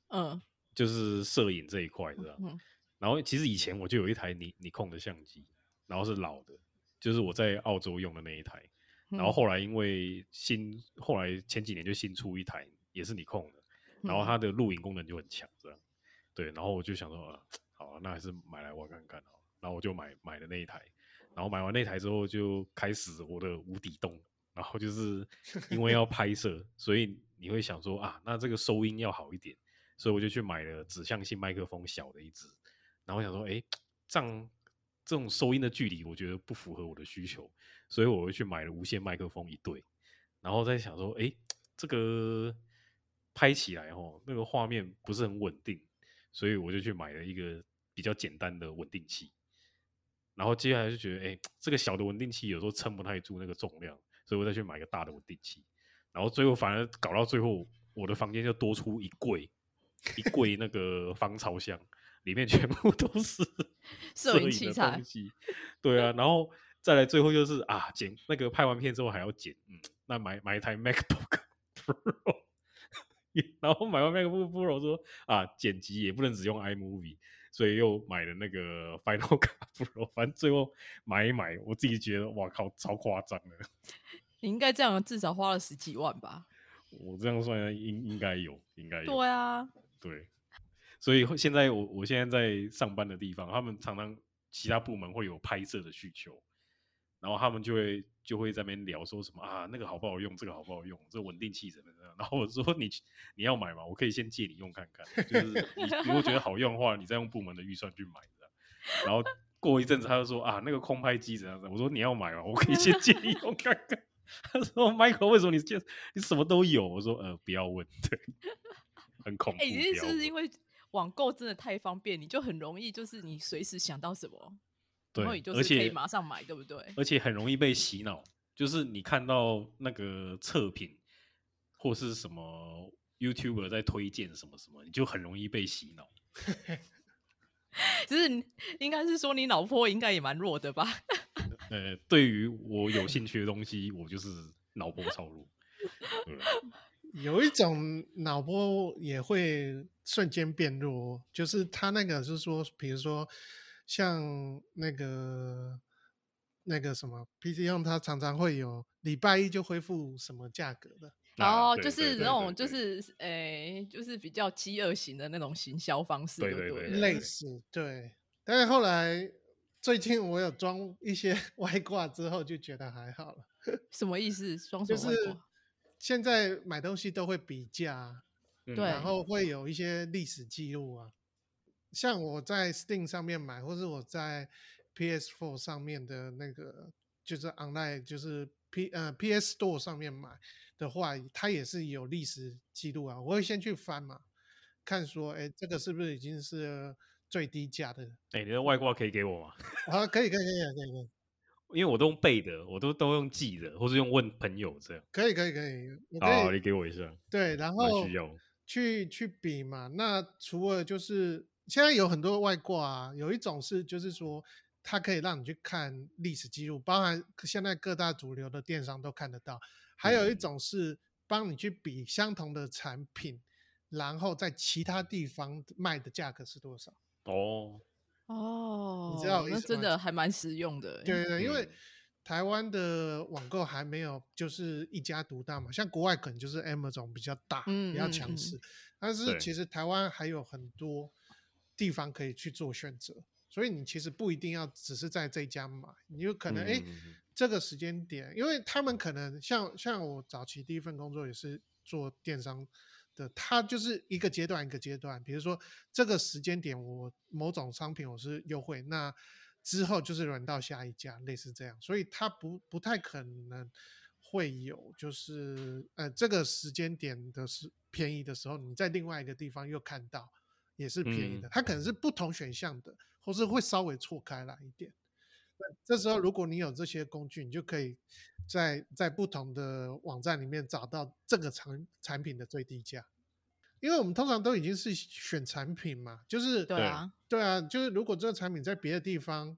A: 嗯
B: 就是摄影这一块的啊、
A: 嗯
B: 然后其实以前我就有一台尼尼控的相机，然后是老的，就是我在澳洲用的那一台。然后
A: 嗯
B: 后来因为新，后来前几年就新出一台，也是你控的，然后
A: 嗯
B: 它的录影功能就很强，这样。对，然后我就想说，啊好啊，那还是买来玩看看好了。然后我就买买了那一台，然后买完那台之后，就开始我的无底洞然后就是因为要拍摄，所以你会想说啊，那这个收音要好一点，所以我就去买了指向性麦克风小的一支，然后想说，哎，这样这种收音的距离，我觉得不符合我的需求，所以我又去买了无线麦克风一对，然后再想说，哎，这个拍起来哦，那个画面不是很稳定，所以我就去买了一个比较简单的稳定器。然后接下来就觉得，哎，这个小的稳定器有时候撑不太住那个重量，所以我再去买个大的稳定器。然后最后反而搞到最后，我的房间就多出一柜，一柜那个防潮箱，里面全部都是
A: [LAUGHS] 摄影
B: 影
A: 器
B: 的
A: 材
B: 东西。对啊，然后再来最后就是啊，剪那个拍完片之后还要剪，嗯，那买买一台 MacBook [LAUGHS] Pro。然后买完 MacBook Pro 说啊，剪辑也不能只用 iMovie，所以又买了那个 [LAUGHS] Final Cut Pro，反正最后买一买，我自己觉得哇靠，超夸张的。
A: 你应该这样，至少花了十几万吧？
B: 我这样算下来应应该有，应该有。
A: 对啊，
B: 对，所以现在我我现在在上班的地方，他们常常其他部门会有拍摄的需求，然后他们就会就会在那边聊说什么啊，那个好不好用，这个好不好用，这稳定器怎么怎么 [LAUGHS] 样。然后我说你你要买吗？我可以先借你用看看，就是你如果觉得好用的话，你再用部门的预算去买这样。然后过一阵子他就说啊，那个空拍机怎样怎样。我说你要买吗？我可以先借你用看看。 [LAUGHS] 他说：“Michael，为什么你这你什么都有？”我说：“呃，不要问，对，很恐怖。
A: 哎、
B: 不
A: 你这
B: 要
A: 是不是
B: 问
A: 因为网购真的太方便，你就很容易就是你随时想到什么，然后
B: 对
A: 你就
B: 而
A: 是可以
B: 且
A: 马上买，对不对？
B: 而且很容易被洗脑，就是你看到那个测评或是什么 YouTuber 在推荐什么什么，你就很容易被洗脑。
A: 只是你应该是说你老婆应该也蛮弱的吧？
B: 呃，对于我有兴趣的东西，我就是脑波超
A: [LAUGHS]
B: 弱。对吧
C: 有一种脑波也会瞬间变弱，哦就是他那个是说，比如说像那个那个什么 PC 用，它常常会有礼拜一就恢复什么价格的，
A: 然
B: [LAUGHS] 啊
A: 后
B: 对
A: 哦就
B: 对
A: 是
B: 对
A: 那种
B: 对
A: 就
B: 对
A: 是诶、就是比较饥饿型的那种行销方式，
B: 对
A: 对
B: 对
A: 了
B: 对
C: 类似对。但是后来最近我有装一些 [LAUGHS] 外挂之后，就觉得还好了，
A: 什么意思？双手
C: 就
A: 外
C: 是
A: 挂
C: 现在买东西都会比价啊、
B: 嗯
A: 对
C: 然后会有一些历史记录啊，像我在 Steam 上面买，或是我在 PS4 上面的那个，就是 online 就是 P 呃 PS Store 上面买的话，它也是有历史记录啊。我会先去翻嘛，看说，哎，这个是不是已经是最低价的？
B: 哎，你的外挂可以给我吗？
C: 啊，可以可以可以可以
B: 因为我都用背的，我都都用记的，或是用问朋友这样。
C: 可以可以可以，我
B: 好，
C: 可
B: 你
C: 以
B: 给我一下。
C: 对，然
B: 哦蛮
C: 后
B: 需要。
C: 去去比嘛。那除了就是现在有很多外挂啊，有一种是就是说它可以让你去看历史记录，包含现在各大主流的电商都看得到。还有一
B: 嗯
C: 种是帮你去比相同的产品，然后在其他地方卖的价格是多少。
B: 哦，
A: 哦，
C: 知道我意
A: 那
C: 思
A: 真
C: 吗
A: 的还蛮实用的、欸。
C: 对对，因为
B: 嗯
C: 台湾的网购还没有就是一家独大嘛，像国外可能就是 Amazon 比较大，比较
A: 嗯嗯
C: 强
A: 嗯
C: 势，但是
B: 对
C: 其实台湾还有很多地方可以去做选择，所以你其实不一定要只是在这一家买，你有可能哎、诶
B: 嗯嗯嗯
C: 这个时间点，因为他们可能像像我早期第一份工作也是做电商。的，它就是一个阶段一个阶段，比如说这个时间点我某种商品我是优惠，那之后就是轮到下一家，类似这样，所以它不不太可能会有就是呃这个时间点的是便宜的时候，你在另外一个地方又看到也是便宜的，
B: 嗯
C: 它可能是不同选项的，或是会稍微错开来一点。那这时候，如果你有这些工具，你就可以在在不同的网站里面找到这个产产品的最低价。因为我们通常都已经是选产品嘛，就是
A: 对
B: 对
A: 啊，
C: 对啊，就是如果这个产品在别的地方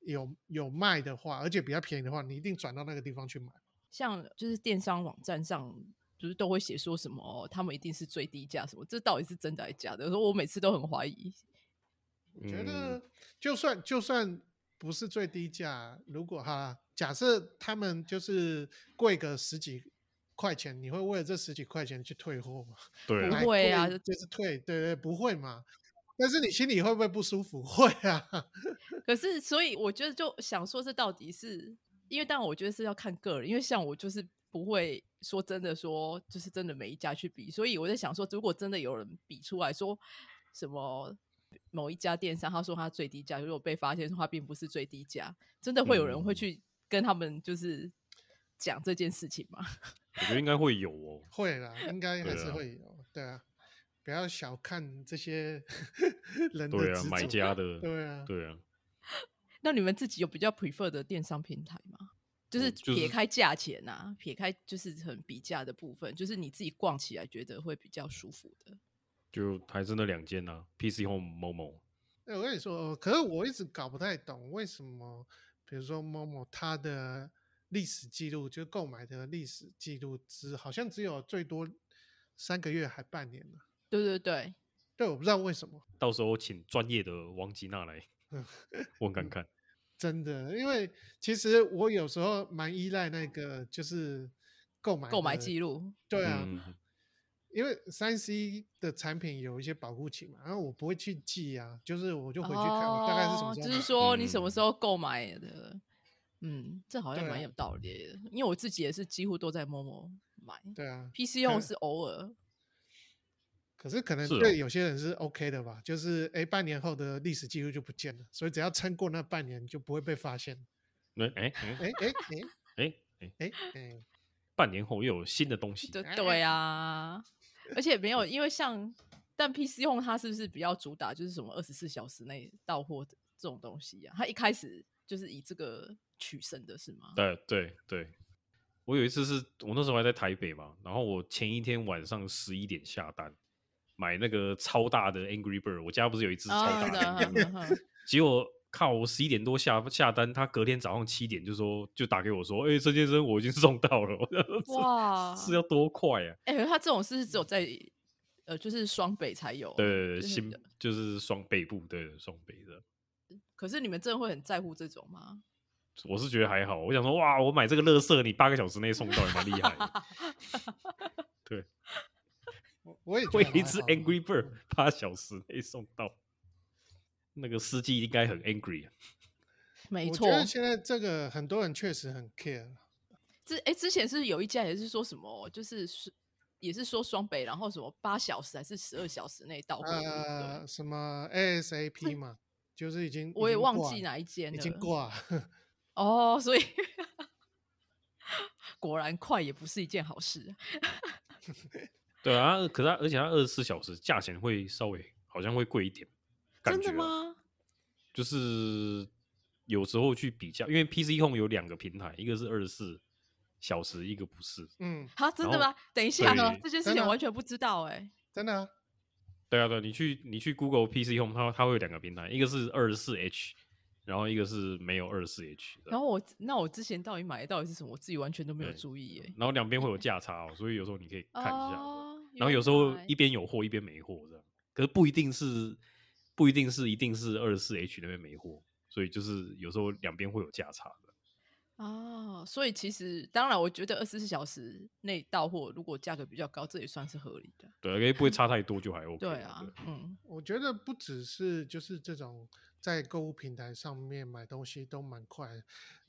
C: 有有卖的话，而且比较便宜的话，你一定转到那个地方去买。
A: 像就是电商网站上，就是都会写说什么、哦、他们一定是最低价什么，这到底是真的还是假的？所以我每次都很怀疑。
C: 我觉
B: 嗯
C: 得就算就算不是最低价，如果哈，假设他们就是贵个十几块钱，你会为了这十几块钱去退货吗？
B: 对啊
A: 不，会啊
C: 买贵就是退，对对，不会嘛。但是你心里会 [LAUGHS] 不会不舒服？会啊，
A: 可是，所以我觉得就想说，这到底是因为当然我觉得是要看个人，因为像我就是不会说真的说就是真的每一家去比，所以我在想说，如果真的有人比出来说什么某一家电商，他说他最低价，如果被发现说他并不是最低价，真的会有人会
B: 嗯
A: 去跟他们就是讲这件事情吗？
B: 我觉得应该会有
C: [LAUGHS]
B: 哦。
C: 会啦，应该还
B: 对
C: 是
B: 啊
C: 会有，对啊，不要小看这些 [LAUGHS] 人的
B: 对啊
C: 执，
B: 买
C: 着
B: 家的，
C: 对啊，
B: 对啊，
A: 那你们自己有比较 prefer 的电商平台吗？就是
C: 嗯
B: 我就
A: 撇
B: 是
A: 开价钱呐、撇开就是很比价的部分，就是你自己逛起来觉得会比较舒服的。
B: 就还是那两间呐、p c Home、某某，
C: 哎、我跟你说，可是我一直搞不太懂为什么，比如说某某它的历史记录，就是购买的历史记录只好像只有最多三个月还半年呢。
A: 对对对，
C: 对，我不知道为什么，
B: 到时候请专业的王吉娜
C: [LAUGHS]
B: 来问看看。
C: 真的，因为其实我有时候蛮依赖那个就是购买
A: 购买
C: 的
A: 记录，
C: 对啊，
B: 嗯嗯
C: 因为三 C 的产品有一些保护期嘛，然后我不会去记啊，就是我就回去看、我大概是什么
A: 哦
C: 时候
A: 就
C: 买。
A: 是说你什么时
B: 嗯
A: 候购买的？嗯，这好像
C: 对
A: 蛮
C: 啊
A: 有道理的，因为我自己也是几乎都在某某买
C: 对啊，
A: ，PC
C: 可
A: 用是偶尔。
C: 可是可能
B: 是哦
C: 对有些人是 OK 的吧，就是哎半年后的历史记录就不见了，所以只要撑过那半年就不会被发现。
B: 那哎哎
C: 哎哎哎
B: 哎哎，
C: 哎哎，
B: 半年后又有新的东西，
A: 对
C: 哎
A: 对啊，而且没有，因为像但 PC 用它是不是比较主打就是什么二十四小时内到货的这种东西呀、啊它一开始就是以这个取胜的是吗？
B: 对对对，我有一次是我那时候还在台北嘛，然后我前一天晚上十一点下单买那个超大的 Angry Bird，我家不是有一只超大的 Angry
A: 啊
B: Bird，、结 [LAUGHS] 果靠我十一点多下下单，他隔天早上七点就说就打给我说，哎、陈先生我已经送到了，我想说这
A: 哇
B: 是要多快啊？
A: 哎、它这种是不是只有在呃，就是双北才有。啊
B: 对对对，
A: 就是
B: 新就是双背部，对对双背的。
A: 可是你们真的会很在乎这种吗？
B: 我是觉得还好，我想说，哇，我买这个乐色，你八个小时内送到，也蛮厉害
A: [LAUGHS]
B: 的。
C: 我我也觉
B: 我
C: 得
B: 有一
A: 啊
C: 还
B: 只
C: 好
B: Angry Bird
A: 嗯
B: 八小时内送到，那个司机应该很 angry 啊。
A: 没
C: 我
A: 错
C: 觉，得现在这个很多人确实很 care，
A: 之哎、之前是有一家也是说什么，就是是也是说双北，然后什么八小时还是十二小时内到货的，哦对不对
C: 呃，什么 ASAP 嘛，就是已经
A: 我也忘记
C: 了，
A: 哪一间
C: 已
A: 了，
C: 经挂了， [LAUGHS]
A: 哦，所以 [LAUGHS] 果然快也不是一件好事。啊
B: 对啊，可是它而且它二十四小时，价钱会稍微好像会贵一点，感
A: 真
B: 觉
A: 的
B: 啊
A: 吗？
B: 就是有时候去比较，因为 PC Home 有两个平台，一个是二十四小时，一个不是。
C: 嗯，
A: 好、真的
B: 然后
A: 吗？等一下
B: 对，
A: 这件事情
C: 真的
A: 我
C: 啊
A: 完全不知道哎、
C: 真的啊，
B: 对啊，对，你去你去 Google PC Home，它它会有两个平台，一个是二十四 H，然后一个是没有二十四 H 的。
A: 然后我那我之前到底买的到底是什么，我自己完全都没有
B: 啊对
A: 注意哎、
B: 然后两边会有价差哦，所以有时候你可以看一下。
A: 哦
B: 然后有时
A: 原
B: 候
A: 来
B: 一边有货一边没货这样，可是不一定是不一定是一定是二十四 H 那边没货，所以就是有时候两边会有价差的。
A: 哦，所以其实当然，我觉得二十四小时内到货，如果价格比较高，这也算是合理的。
B: 对，啊可是不会差太多
A: [LAUGHS]
B: 就还 OK 了。
A: 对啊，嗯，
C: 我觉得不只是就是这种在购物平台上面买东西都蛮快的，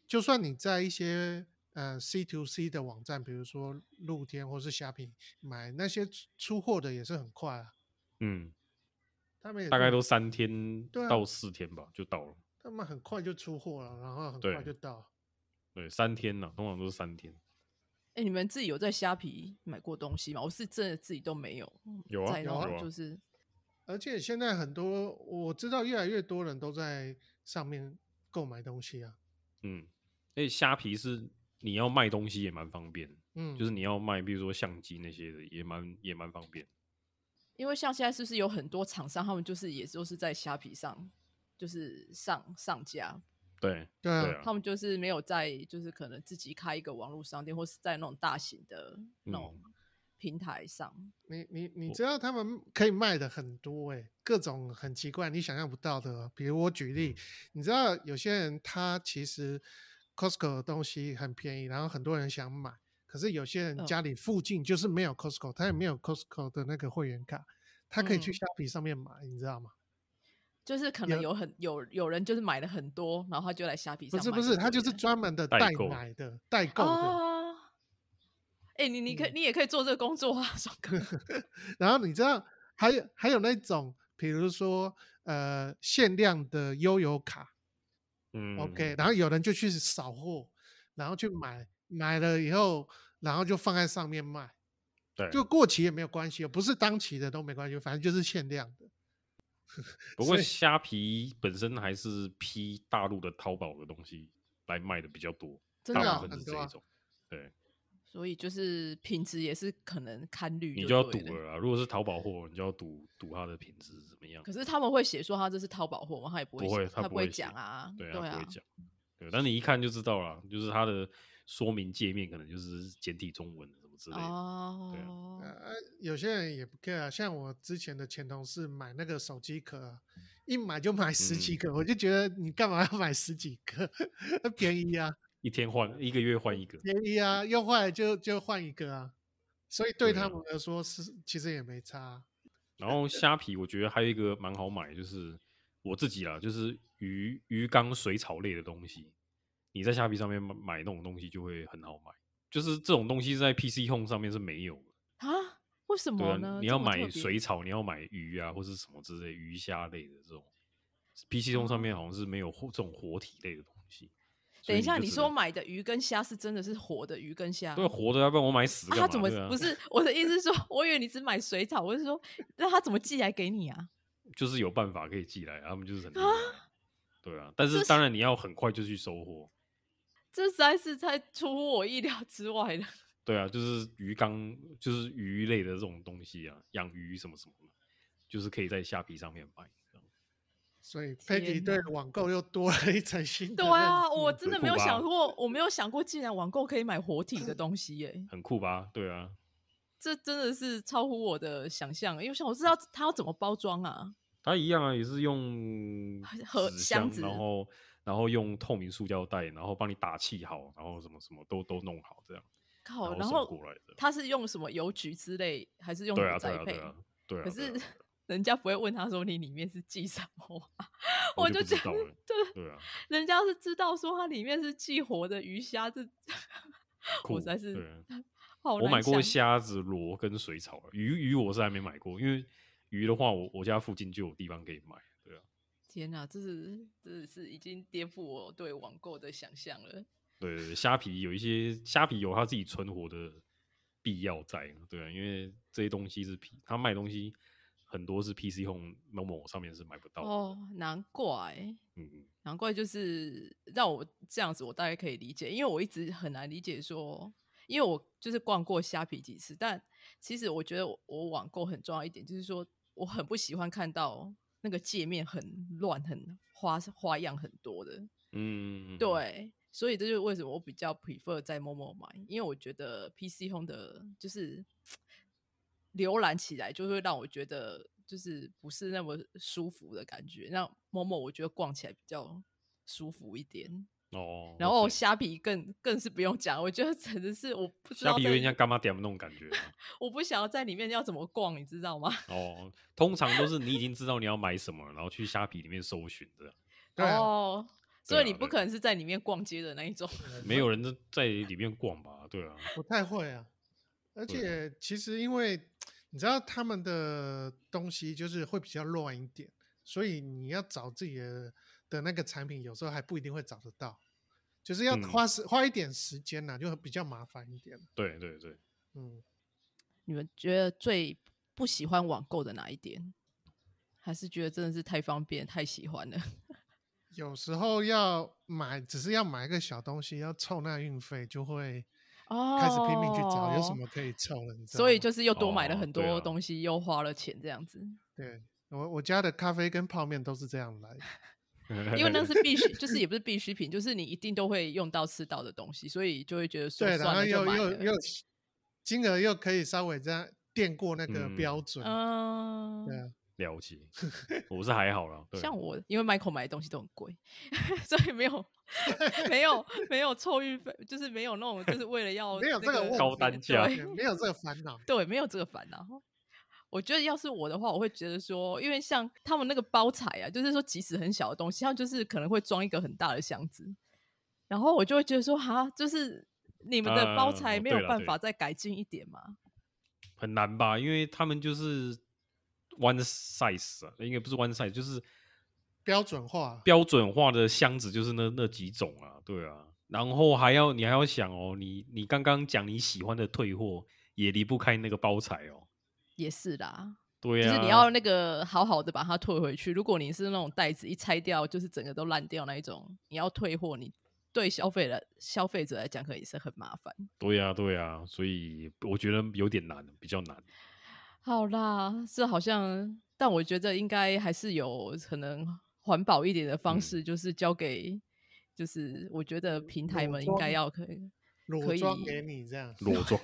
C: 就算你在一些呃 C to C 的网站，比如说露天或是虾皮买那些出出货的也是很快啊，
B: 嗯，
C: 他们也
B: 大概
C: 很
B: 都三天
C: 对啊
B: 到四天吧，就到了。
C: 他们很快就出货了，然后很快
B: 对
C: 就到。
B: 对，三天呢、通常都是三天。
A: 哎、你们自己有在虾皮买过东西吗？我是真的自己都没有，
B: 有啊
A: 在那
C: 有啊
A: 种
B: 有
A: 嗯
B: 啊
A: 就是
C: 而且现在很多我知道越来越多人都在上面购买东西啊，
B: 嗯，而且虾皮是你要卖东西也蛮方便，
C: 嗯，
B: 就是你要卖，比如说相机那些的，也蛮也蛮方便。
A: 因为像现在是不是有很多厂商，他们就是也都是在虾皮上，就是上上架，
B: 对对
C: 对啊，
B: 啊
A: 他，们就是没有在就是可能自己开一个网络商店，或是在那种大型的那种
C: 嗯
A: 平台上。
C: 你你你知道他们可以卖的很多哎、各种很奇怪你想象不到的哦。比如我举例，你知道有些人他其实 Costco 的东西很便宜，然后很多人想买，可是有些人
A: 嗯
C: 家里附近就是没有 Costco，他也没有 Costco 的那个会员卡，他可以去
A: 嗯
C: 虾皮上面买，你知道吗？
A: 就是可能有很有有人就是买了很多，然后他就来虾皮
C: 不
A: 上
C: 是
A: 卖
C: 不是，
A: 对
C: 他就是
A: 了
C: 专门的
B: 代
C: 代
B: 购
C: 买的代购的。
A: 哦。哎、你你可
C: 嗯
A: 你也可以做这个工作啊，爽
C: [LAUGHS]
A: 哥。
C: 然后你知道还有还有那种，比如说呃限量的悠游卡、
B: 嗯
C: o k 然后有人就去扫货，然后去买，买了以后，然后就放在上面卖，
B: 对，
C: 就过期也没有关系，不是当期的都没关系，反正就是限量的。
B: 不过
C: 所以
B: 虾皮本身还是批大陆的淘宝的东西来卖的比较多，
A: 真
C: 的
B: 大
C: 哦
B: 部分
C: 很
B: 是
C: 多
B: 这
C: 啊
B: 一种。对，
A: 所以就是品质也是可能堪虑，
B: 你就要赌
A: 对了。
B: 了啦。啊如果是淘宝货，你就要赌赌它的品质怎么样
A: 可。是他们会写说他这是淘宝货吗？他也不会
B: 不
A: 写，
B: 会
A: 他
B: 他
A: 不
B: 不会
A: 会
B: 写
A: 讲啊。
B: 对，它
A: 对
B: 不
A: 啊
B: 会，讲。对，但你一看就知道啦，就是它的说明界面可能就是简体中文什么之类的。
A: 哦，
C: 呃，有些人也不 care，啊像我之前的前同事买那个手机壳啊，一买就买十几
B: 嗯
C: 个，我就觉得你干嘛要买十几个？ [LAUGHS] 便宜啊，
B: 一天换一个月换一个，
C: 便宜啊，用坏了就就换一个啊。所以对
B: 对
C: 他
B: 啊
C: 们来说是其实也没差啊，
B: 然后虾皮我觉得还有一个蛮好买，就是我自己啦，就是鱼鱼缸水草类的东西，你在虾皮上面买买那种东西就会很好买，就是这种东西在 PC Home 上面是没有
A: 啊，
B: 的。
A: 为什
B: 对
A: 么呢
B: 啊？，你
A: 这
B: 要
A: 么特
B: 买
A: 别
B: 水草，你要买鱼啊，或是什么之类鱼虾类的这种，PC Home 上面好像是没有活这种活体类的东西。所
A: 哦等
B: 以
A: 一下，
B: 就
A: 你
B: 只
A: 说
B: 能
A: 买的鱼跟虾是真的是活的鱼跟虾？
B: 对啊活的，要不然我买死
A: 啊，
B: 干嘛？
A: 他怎么
B: 对啊
A: 不是
B: [LAUGHS]
A: 我的意思是说，我以为你只买水草，我是说，那他怎么寄来给你啊？
B: 就是有办法可以寄来，他们就是很厉
A: 啊
B: 害。对啊，但
A: 这
B: 是
A: 是
B: 当然你要很快就去收货。
A: 这实在是太出乎我意料之外
B: [LAUGHS]
A: 了。
B: 对啊，就是鱼缸，就是鱼类的这种东西啊，养鱼什么什么的，就是可以在虾皮上面买。这样
C: 所以
A: 天
C: Peggy 对网购又多了一层新的
A: 对
C: 认
A: 啊，我
C: 知
A: 真的
B: 很
A: 没
B: 酷
A: 有想
B: 嗯吧
A: 过，我没有想过，竟然网购可以买活体的东西耶、
B: 很酷吧？对啊，
A: 这真的是超乎我的想象。因为像我知道它要怎么包装啊，
B: 它一样啊，也是用
A: 盒
B: 纸
A: 箱
B: 箱，
A: 子
B: 然后然后用透明塑胶袋，然后帮你打气好，然后什么什么都都弄好这样，
A: 靠，哦然
B: 然
A: 后
B: 后送过来的。
A: 他是用什么邮局之类，还是用
B: 对啊，对
A: 宅
B: 啊，
A: 配？
B: 对啊，对啊。
A: 可
B: 对啊
A: 是 [LAUGHS] 人家不会问他说你里面是寄什么啊、
B: 我
A: 我
B: 就不
A: 觉
B: 知道
A: 得
B: 了
A: 对，
B: 对啊，
A: 人家是知道说它里面是寄活的鱼虾，这 [LAUGHS] 我
B: 酷
A: 实在是
B: 对啊
A: 好
B: 我
A: 难
B: 买过
A: 想
B: 虾子、螺跟水草啊，鱼鱼我是还没买过，因为鱼的话我，我家附近就有地方可以买。对啊，
A: 天哪、这是这是已经颠覆我对网购的想象了。
B: 对对对虾皮有一些虾皮有它自己存活的必要在，对啊，因为这些东西是 P，它卖东西很多是 PC Home 某某上面是买不到的。
A: 哦，难怪，
B: 嗯嗯，
A: 难怪就是让我这样子，我大概可以理解，因为我一直很难理解说，因为我就是逛过虾皮几次，但其实我觉得我我网购很重要一点，就是说我很不喜欢看到那个界面很乱、很花花样很多的，
B: 嗯，嗯嗯
A: 对，所以这就是为什么我比较 prefer 在 Momo 买，因为我觉得 PC Home 的就是浏览起来就会让我觉得就是不是那么舒服的感觉。那 Momo 我觉得逛起来比较舒服一点，
B: 哦，
A: 然后
B: OK
A: 虾皮更更是不用讲，我觉得真的是我不知
B: 虾
A: 道
B: 皮有
A: 在
B: 点像干妈点那种感觉啊、
A: 我不想要在里面要怎么逛，你知道吗？
B: 哦，通常都是你已经知道你要买什么，然后去虾皮里面搜寻的，
C: 对啊
A: 哦。所
B: 对
A: 以你
B: 啊
A: 不
B: 对
A: 可能是在里面逛街的那一种，
B: 没有人在在里面逛吧？对啊，
C: 不太会啊。而
B: 对
C: 且其实因为你知道他们的东西就是会比较乱一点，所以你要找自己的的那个产品，有时候还不一定会找得到，就是要
B: 嗯
C: 花时、花一点时间呐、就比较麻烦一点。
B: 对对对，
C: 嗯，
A: 你们觉得最不喜欢网购的哪一点？还是觉得真的是太方便、太喜欢了？ [LAUGHS]
C: 有时候要买，只是要买一个小东西，要凑那运费，就会
A: 哦
C: 开始拼命去找有什么可以凑了，你知道吗？
A: 所以就是又多买了
B: 哦
A: 很
B: 对
A: 多
B: 啊
A: 东西，又花了钱这样
B: [LAUGHS]
A: 子，
C: 对我我家的咖啡跟泡面都是这样来的。
A: 因为那是必须，
B: [LAUGHS]
A: 就是也不是必需品，就是你一定都会用到、吃到的东西，所以就会觉得说
C: 对，然
A: 算
C: 后
A: 了就
C: 又
A: 买
C: 又
A: 了。
C: 又金额又可以稍微这样垫过那个标准，
A: 嗯，
C: 对啊，
B: 了解，我是还好啦，对，
A: 像我，因为 Michael 买的东西都很贵， [LAUGHS] 所以没
C: [LAUGHS]
A: 有没有没有凑运费，就是没有那种就是为了要
C: 没有
A: 那
C: 这个问
B: 高
C: 题
B: 单价
A: 对
C: 对没有这个烦恼。
A: 对，没有这个烦恼。我觉得要是我的话，我会觉得说，因为像他们那个包材啊，就是说即使很小的东西，它就是可能会装一个很大的箱子，然后我就会觉得说，哈，就是你们的包
B: 啊
A: 材没有
B: 对啦
A: 办
B: 对
A: 法再改进一点吗？
B: 很难吧？因为他们就是 one size 啊，应该不是 one size，就是
C: 标准化，
B: 标准化的箱子就是那那几种啊，对啊。然后还要你还要想哦，你你刚刚讲你喜欢的退货也离不开那个包材哦，
A: 也是啦，
B: 对
A: 就
B: 啊，
A: 是你要那个好好的把它退回去。如果你是那种袋子一拆掉就是整个都烂掉那一种，你要退货，你对消费来消费者来讲可能也是很麻烦。
B: 对啊对啊，所以我觉得有点难，比较
A: [LAUGHS]
B: 难。
A: 好啦，这好像，但我觉得应该还是有可能环保一点的方
B: 嗯
A: 式，就是交给，就是我觉得平台
C: 裸
A: 们应
C: 装
A: 该要可以，可
C: 裸
A: 以
C: 装给你这样。
B: 裸妆，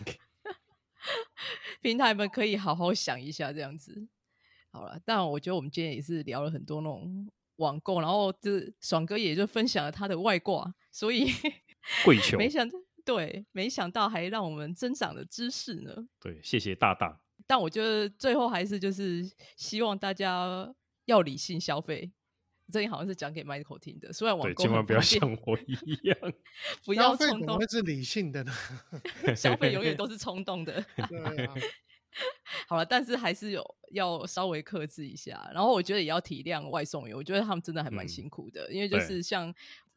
A: 平台们可以好好想一下这样子。好了，但我觉得我们今天也是聊了很多那种网购，然后就是爽哥也就分享了他的外挂，所以 [LAUGHS]
B: 跪求，
A: 没想到，对，没想到还让我们增长了知识呢。
B: 对，谢谢大大。
A: 但我觉得最后还是就是希望大家要理性消费。这里好像是讲给 Michael 听的，虽然网
B: 对，
A: 购
B: 千万
A: 很
B: 不要
A: 方便
B: 像我一样， [LAUGHS]
A: 不
C: 消
A: 要
C: 费怎
A: 冲
C: 么
A: 动
C: 会，是理性的呢？ [LAUGHS]
A: 消费永远都是冲动的。 [LAUGHS]
C: 对啊，
A: 好了，但是还是有要稍微克制一下。然后我觉得也要体谅外送员，我觉得他们真的还蛮
B: 嗯
A: 辛苦的，因为就
B: 对
A: 是像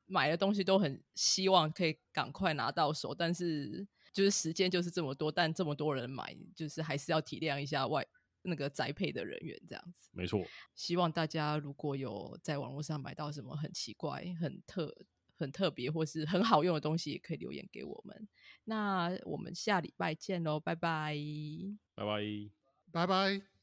A: 买的东西都很希望可以赶快拿到手，但是就是时间就是这么多，但这么多人买，就是还是要体谅一下外那个宅配的人员这样子。
B: 没错，
A: 希望大家如果有在网络上买到什么很奇怪、很特、很特别或是很好用的东西，也可以留言给我们。那我们下礼拜见喽，拜拜。
B: 拜拜。
C: 拜拜。